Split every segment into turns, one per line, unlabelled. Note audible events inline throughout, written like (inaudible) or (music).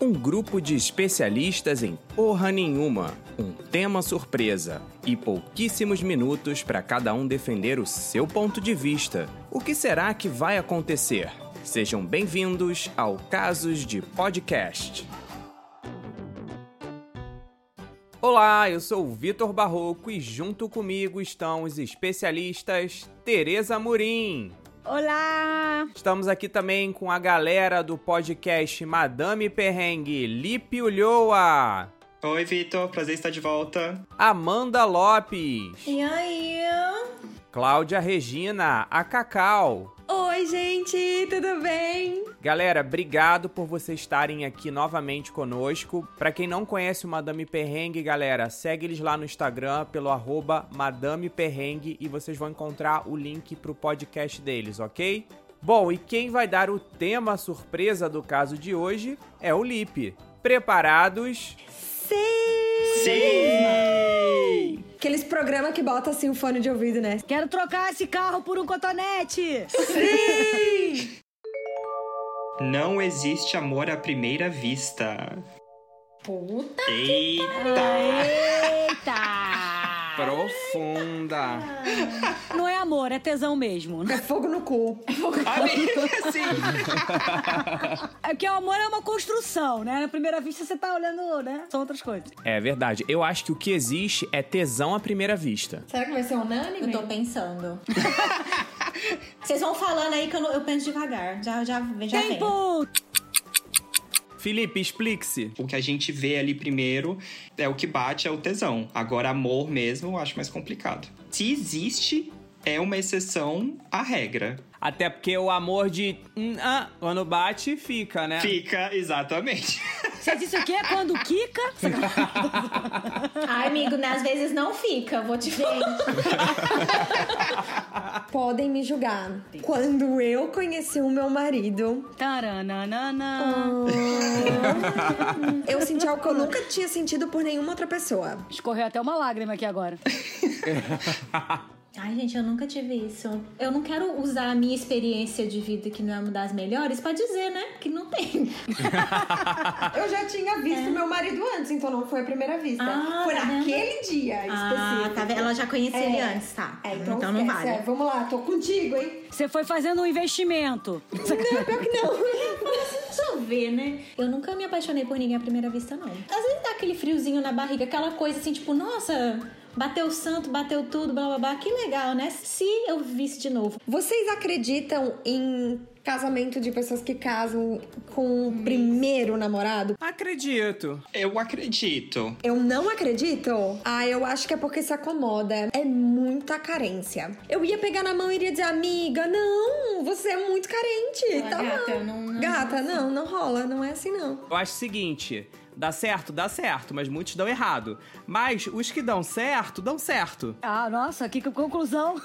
Um grupo de especialistas em porra nenhuma, um tema surpresa e pouquíssimos minutos para cada um defender o seu ponto de vista. O que será que vai acontecer? Sejam bem-vindos ao Casos de Podcast. Olá, eu sou o Vitor Barroco e junto comigo estão os especialistas Tereza Murim.
Olá!
Estamos aqui também com a galera do podcast Madame Perrengue, Lipe Ulhoa,
Oi, Vitor. Prazer estar de volta.
Amanda Lopes,
E aí?
Cláudia Regina, a Cacau.
Oi, gente, tudo bem?
Galera, obrigado por vocês estarem aqui novamente conosco. Pra quem não conhece o Madame Perrengue, galera, segue eles lá no Instagram pelo arroba Madame Perrengue e vocês vão encontrar o link pro podcast deles, ok? Bom, e quem vai dar o tema surpresa do caso de hoje é o Lipe. Preparados?
Sim!
Sim!
Aqueles programas que bota assim o fone de ouvido, né?
Quero trocar esse carro por um cotonete!
Não existe amor à primeira vista.
Puta!
Eita!
Eita!
Profunda!
(laughs) Não é amor, é tesão mesmo.
É fogo no cu.
Amiga, Ah, (laughs) sim!
É porque o amor é uma construção, né? Na primeira vista você tá olhando, né? São outras coisas.
É verdade. Eu acho que o que existe é tesão à primeira vista.
Será que vai ser
Eu
unânime?
tô pensando. (laughs) Vocês vão falando aí que eu, não- eu penso devagar. Já, já, já vem.
Tempo!
Felipe, explique-se.
O que a gente vê ali primeiro é o que bate, é o tesão. Agora, amor mesmo, eu acho mais complicado. Se existe, é uma exceção à regra.
Até porque o amor de. hum, ah, quando bate, fica, né?
Fica, exatamente.
Você disse o quê? Quando quica?
Ai, amigo, né? às vezes não fica. Vou te ver.
Podem me julgar. Quando eu conheci o meu marido,
Taranana.
eu senti algo que eu nunca tinha sentido por nenhuma outra pessoa.
Escorreu até uma lágrima aqui agora.
Ai, gente, eu nunca tive isso. Eu não quero usar a minha experiência de vida, que não é uma das melhores, pra dizer, né? Que não tem.
É Eu já tinha visto meu marido antes, então não foi a primeira vista.
Ah,
foi
tá vendo?
naquele dia
Ah,
específico.
tá vendo? Ela já conhecia
É.
ele antes, tá?
É, então,
não
esquece.
vale.
É, vamos lá, tô contigo, hein?
Você foi fazendo um investimento.
Não, É, pior que não.
Deixa eu ver, né? Eu nunca me apaixonei por ninguém à primeira vista, não. Às vezes dá aquele friozinho na barriga, aquela coisa assim, tipo, nossa, bateu santo, bateu tudo, blá blá blá. Que legal, né? Se eu visse de novo.
(laughs) Vocês acreditam em casamento de pessoas que casam com o primeiro namorado?
Acredito.
Eu acredito.
Eu não acredito? Ah, eu acho que é porque se acomoda. É muita carência. Eu ia pegar na mão e iria dizer, amiga, não, você é muito carente.
Ah,
tá
gata,
bom.
não- não-
Gata, não, não rola, não é assim não.
Eu acho o seguinte: dá certo, dá certo, mas muitos dão errado. Mas os que dão certo, dão certo.
Ah, nossa, que conclusão.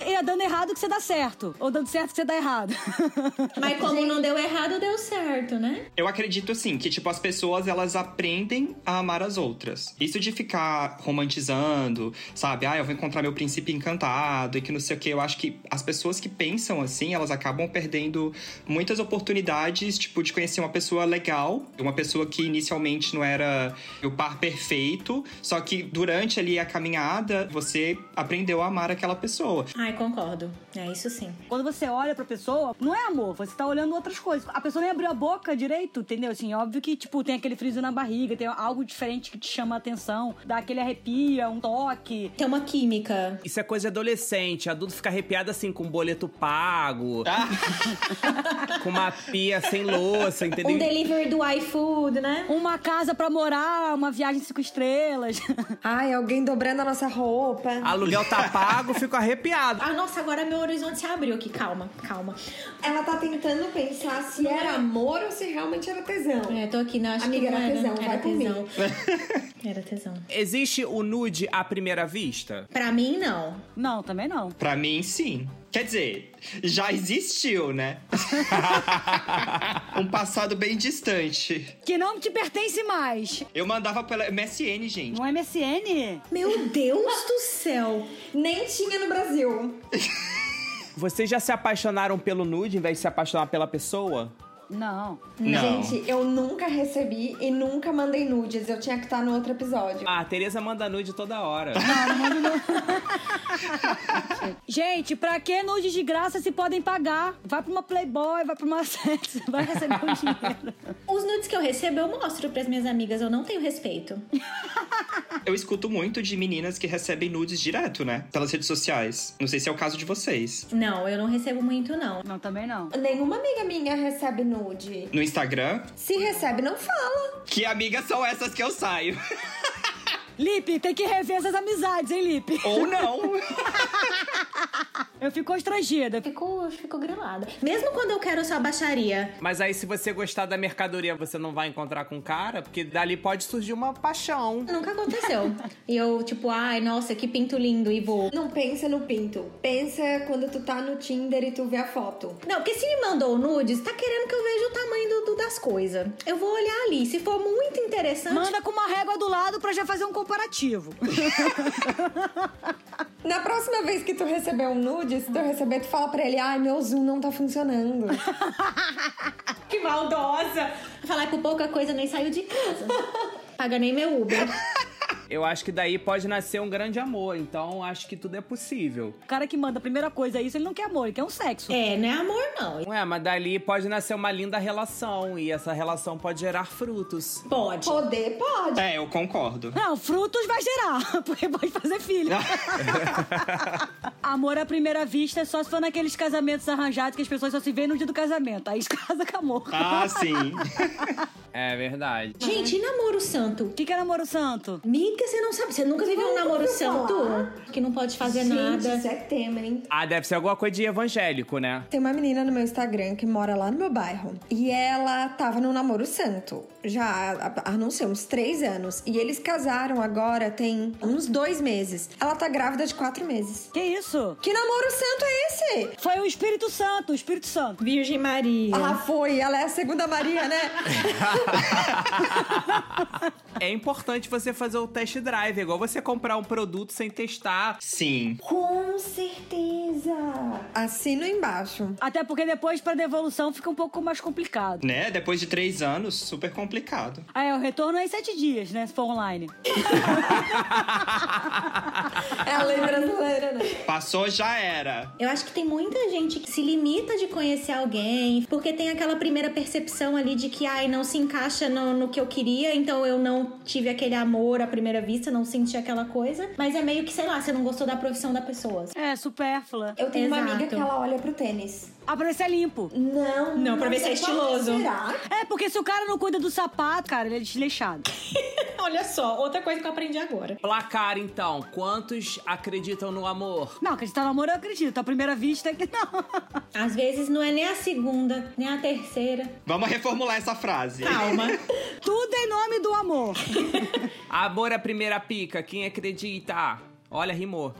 é dando errado que você dá certo. Ou dando certo que você dá errado. (laughs)
Mas como não deu errado, deu certo, né?
Eu acredito assim que tipo as pessoas elas aprendem a amar as outras. Isso de ficar romantizando, sabe? Ah, eu vou encontrar meu príncipe encantado e que não sei o que. Eu acho que as pessoas que pensam assim, elas acabam perdendo muitas oportunidades, tipo de conhecer uma pessoa legal, uma pessoa que inicialmente não era o par perfeito, só que durante ali a caminhada você aprendeu a amar aquela pessoa.
Ai, concordo. É isso sim.
Quando você olha pra pessoa, não é amor, você tá olhando outras coisas. A pessoa nem abriu a boca direito, entendeu? Assim, óbvio que, tipo, tem aquele friso na barriga, tem algo diferente que te chama a atenção, dá aquele arrepio, é um toque.
Tem uma química.
Isso é coisa de adolescente. Adulto fica arrepiado assim, com boleto pago, (laughs) com uma pia sem louça, entendeu?
Um delivery do iFood, né?
Uma casa pra morar, uma viagem cinco estrelas. (laughs)
Ai, alguém dobrando a nossa roupa.
Aluguel tá pago, fico arrepiado.
Ah, nossa, agora meu horizonte se abriu aqui. Calma, calma.
Ela tá tentando pensar se era amor ou se realmente era tesão.
É, tô aqui, né? Acho
Amiga,
que não
era tesão,
era
vai (laughs)
tesão. Era tesão.
Existe o nude à primeira vista?
Pra mim, não.
não, também não.
Pra mim, sim. Quer dizer, já existiu, (laughs) né? um passado bem distante.
Que não te pertence mais. Um
Eu mandava pela MSN, gente.
No MSN?
Meu Deus do céu. Nem tinha no Brasil.
Vocês já se apaixonaram pelo nude em vez de se apaixonar pela pessoa?
Não.
Não.
Gente, eu nunca recebi e nunca mandei nudes. Eu tinha que estar no outro episódio.
Ah, a Tereza manda nude toda hora.
Gente, pra que nudes de graça se podem pagar? Vai pra uma Playboy, vai pra uma (laughs) sexo, vai receber um dinheiro.
Os nudes que eu recebo, eu mostro pras minhas amigas. Eu não tenho (laughs) respeito.
Eu escuto muito de meninas que recebem nudes direto, né? Pelas redes sociais. Não sei se é o caso de vocês.
Não, eu não recebo muito, não.
Não, também não.
Nenhuma amiga minha recebe nude.
No Instagram,
Se recebe, não fala.
que amigas são essas que eu saio?
Lipe, tem que rever essas amizades, hein, Lipe?
(laughs) Ou não?
Eu fico constrangida.
Eu fico, eu fico grilada. Mesmo quando eu quero só baixaria.
Mas aí, se você gostar da mercadoria, você não vai encontrar com o cara, porque dali pode surgir uma paixão.
Nunca (laughs) aconteceu. e eu, tipo, ai, nossa, que pinto lindo, e vou.
Não pensa no pinto. Pensa quando tu tá no Tinder e tu vê a foto.
Não, porque se me mandou nudes, tá querendo que eu veja o tamanho do, do- das coisas. Eu vou olhar ali. Se for muito interessante,
Manda com uma régua do lado pra já fazer um comparativo.
Na próxima vez que tu receber um nude, se tu receber, tu fala pra ele: ai, meu Zoom não tá funcionando.
(laughs) que maldosa! Falar por pouca coisa nem saiu de (laughs) casa. Paga nem meu Uber.
Eu acho que daí pode nascer um grande amor, então acho que tudo é possível.
O cara que manda a primeira coisa é isso, ele não quer amor, ele quer um sexo.
É, não é amor, não.
Ué, mas dali pode nascer uma linda relação, e essa relação pode gerar frutos.
Pode.
Poder, pode.
É, eu concordo.
Não, frutos vai gerar, (laughs) porque pode fazer filho. amor à primeira vista é só se for naqueles casamentos arranjados que as pessoas só se veem no dia do casamento. Aí casa com amor.
Ah, sim.
É verdade.
Gente, e namoro santo?
O que, que é namoro santo?
Miga, você não sabe. Você nunca viveu um
Nunca
namoro
ouvi
santo?
falar.
Que não pode fazer
Gente,
nada.
Isso é tema, hein?
Ah, deve ser alguma coisa de evangélico, né? (laughs)
Tem uma menina no meu Instagram que mora lá no meu bairro. E ela tava num namoro santo. Já a- a- anunciou uns três anos. E eles casaram agora tem uns dois meses. Ela tá grávida de quatro meses.
Que isso?
Que namoro santo é esse?
Foi o Espírito Santo, o Espírito Santo.
Virgem Maria.
Ah, foi. Ela é a segunda Maria, né?
É importante você fazer o test drive, é igual você comprar um produto sem testar. (laughs)
Sim.
Com certeza. Assino
(laughs)
embaixo.
Até porque depois pra devolução fica um pouco mais complicado.
Né? Depois de três anos, super complicado.
Ah, é, o retorno é em sete dias, né? Se for online.
Ela é brasileira, né?
Passou, já era.
Eu acho que tem muita gente que se limita de conhecer alguém, porque tem aquela primeira percepção ali de que, ai, não se encaixa no, no que eu queria, então eu não tive aquele amor à primeira vista, não senti aquela coisa. Mas é meio que, sei lá, você não gostou da profissão da pessoa.
É, supérflua.
Eu tenho uma
Exato.
amiga que ela olha pro tênis.
Ah, pra ver se é limpo.
Não.
Não, pra ver se é
sei qual
estiloso.
Será?
É, porque se o cara não cuida do sapato, cara, ele é desleixado.
(laughs) Olha só, outra coisa que eu aprendi agora.
Placar, então. Quantos acreditam no amor?
Não, acreditar no amor eu acredito. À primeira vista, que não. (laughs)
Às vezes não é nem a segunda, nem a terceira.
Vamos reformular essa frase.
Calma.
Tudo em nome do amor.
Amor é a primeira pica, quem acredita? Olha, rimou.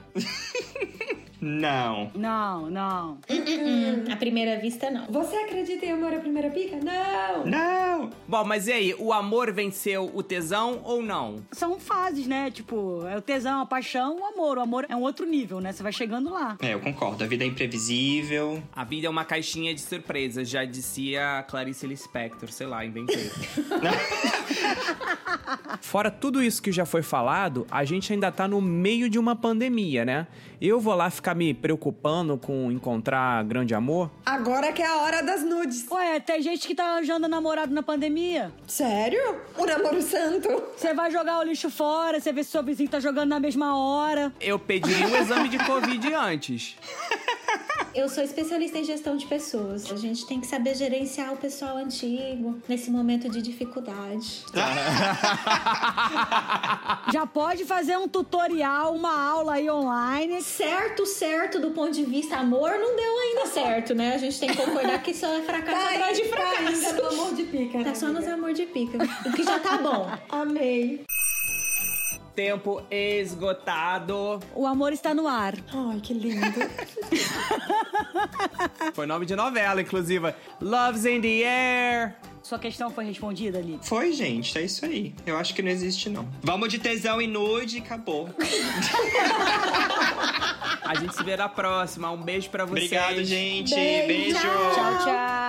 Não.
Não, não.
(laughs) Hum, à primeira vista, não.
Você acredita em amor à primeira pica? Não.
Não.
Bom, mas e aí, o amor venceu o tesão ou não?
São fases, né? Tipo, é o tesão, a paixão, o amor. O amor é um outro nível, né? Você vai chegando lá.
É, eu concordo. A vida é imprevisível.
A vida é uma caixinha de surpresas, já dizia a Clarice Lispector, sei lá, inventei. (laughs) Fora tudo isso que já foi falado, a gente ainda tá no meio de uma pandemia, né? Eu vou lá ficar me preocupando com encontrar grande amor?
Agora que é a hora das nudes.
Ué, tem gente que tá arranjando namorado na pandemia.
Sério? O namoro santo?
Você vai jogar o lixo fora, você vê se seu vizinho tá jogando na mesma hora.
Eu pediria o exame de Covid antes.
Eu sou especialista em gestão de pessoas. A gente tem que saber gerenciar o pessoal antigo nesse momento de dificuldade.
Já pode fazer um tutorial, uma aula aí online.
Certo, certo, do ponto de vista amor, não deu ainda certo, né? A gente tem que concordar que só é fracasso
Tá
atrás de fracasso.
ainda no amor de pica.
Tá
né,
só
amiga?
nos amor de pica. O que já tá bom.
Amei.
Tempo esgotado.
O amor está no ar.
Ai, que lindo.
Foi nome de novela, inclusive. Love's in the air.
Sua questão foi respondida, ali.
Foi, gente. É isso aí. Eu acho que não existe, não. Vamos de tesão e nude e acabou.
A gente se vê na próxima. Um beijo pra vocês.
Obrigado, gente.
Beijo.
Beijo.
Tchau, tchau.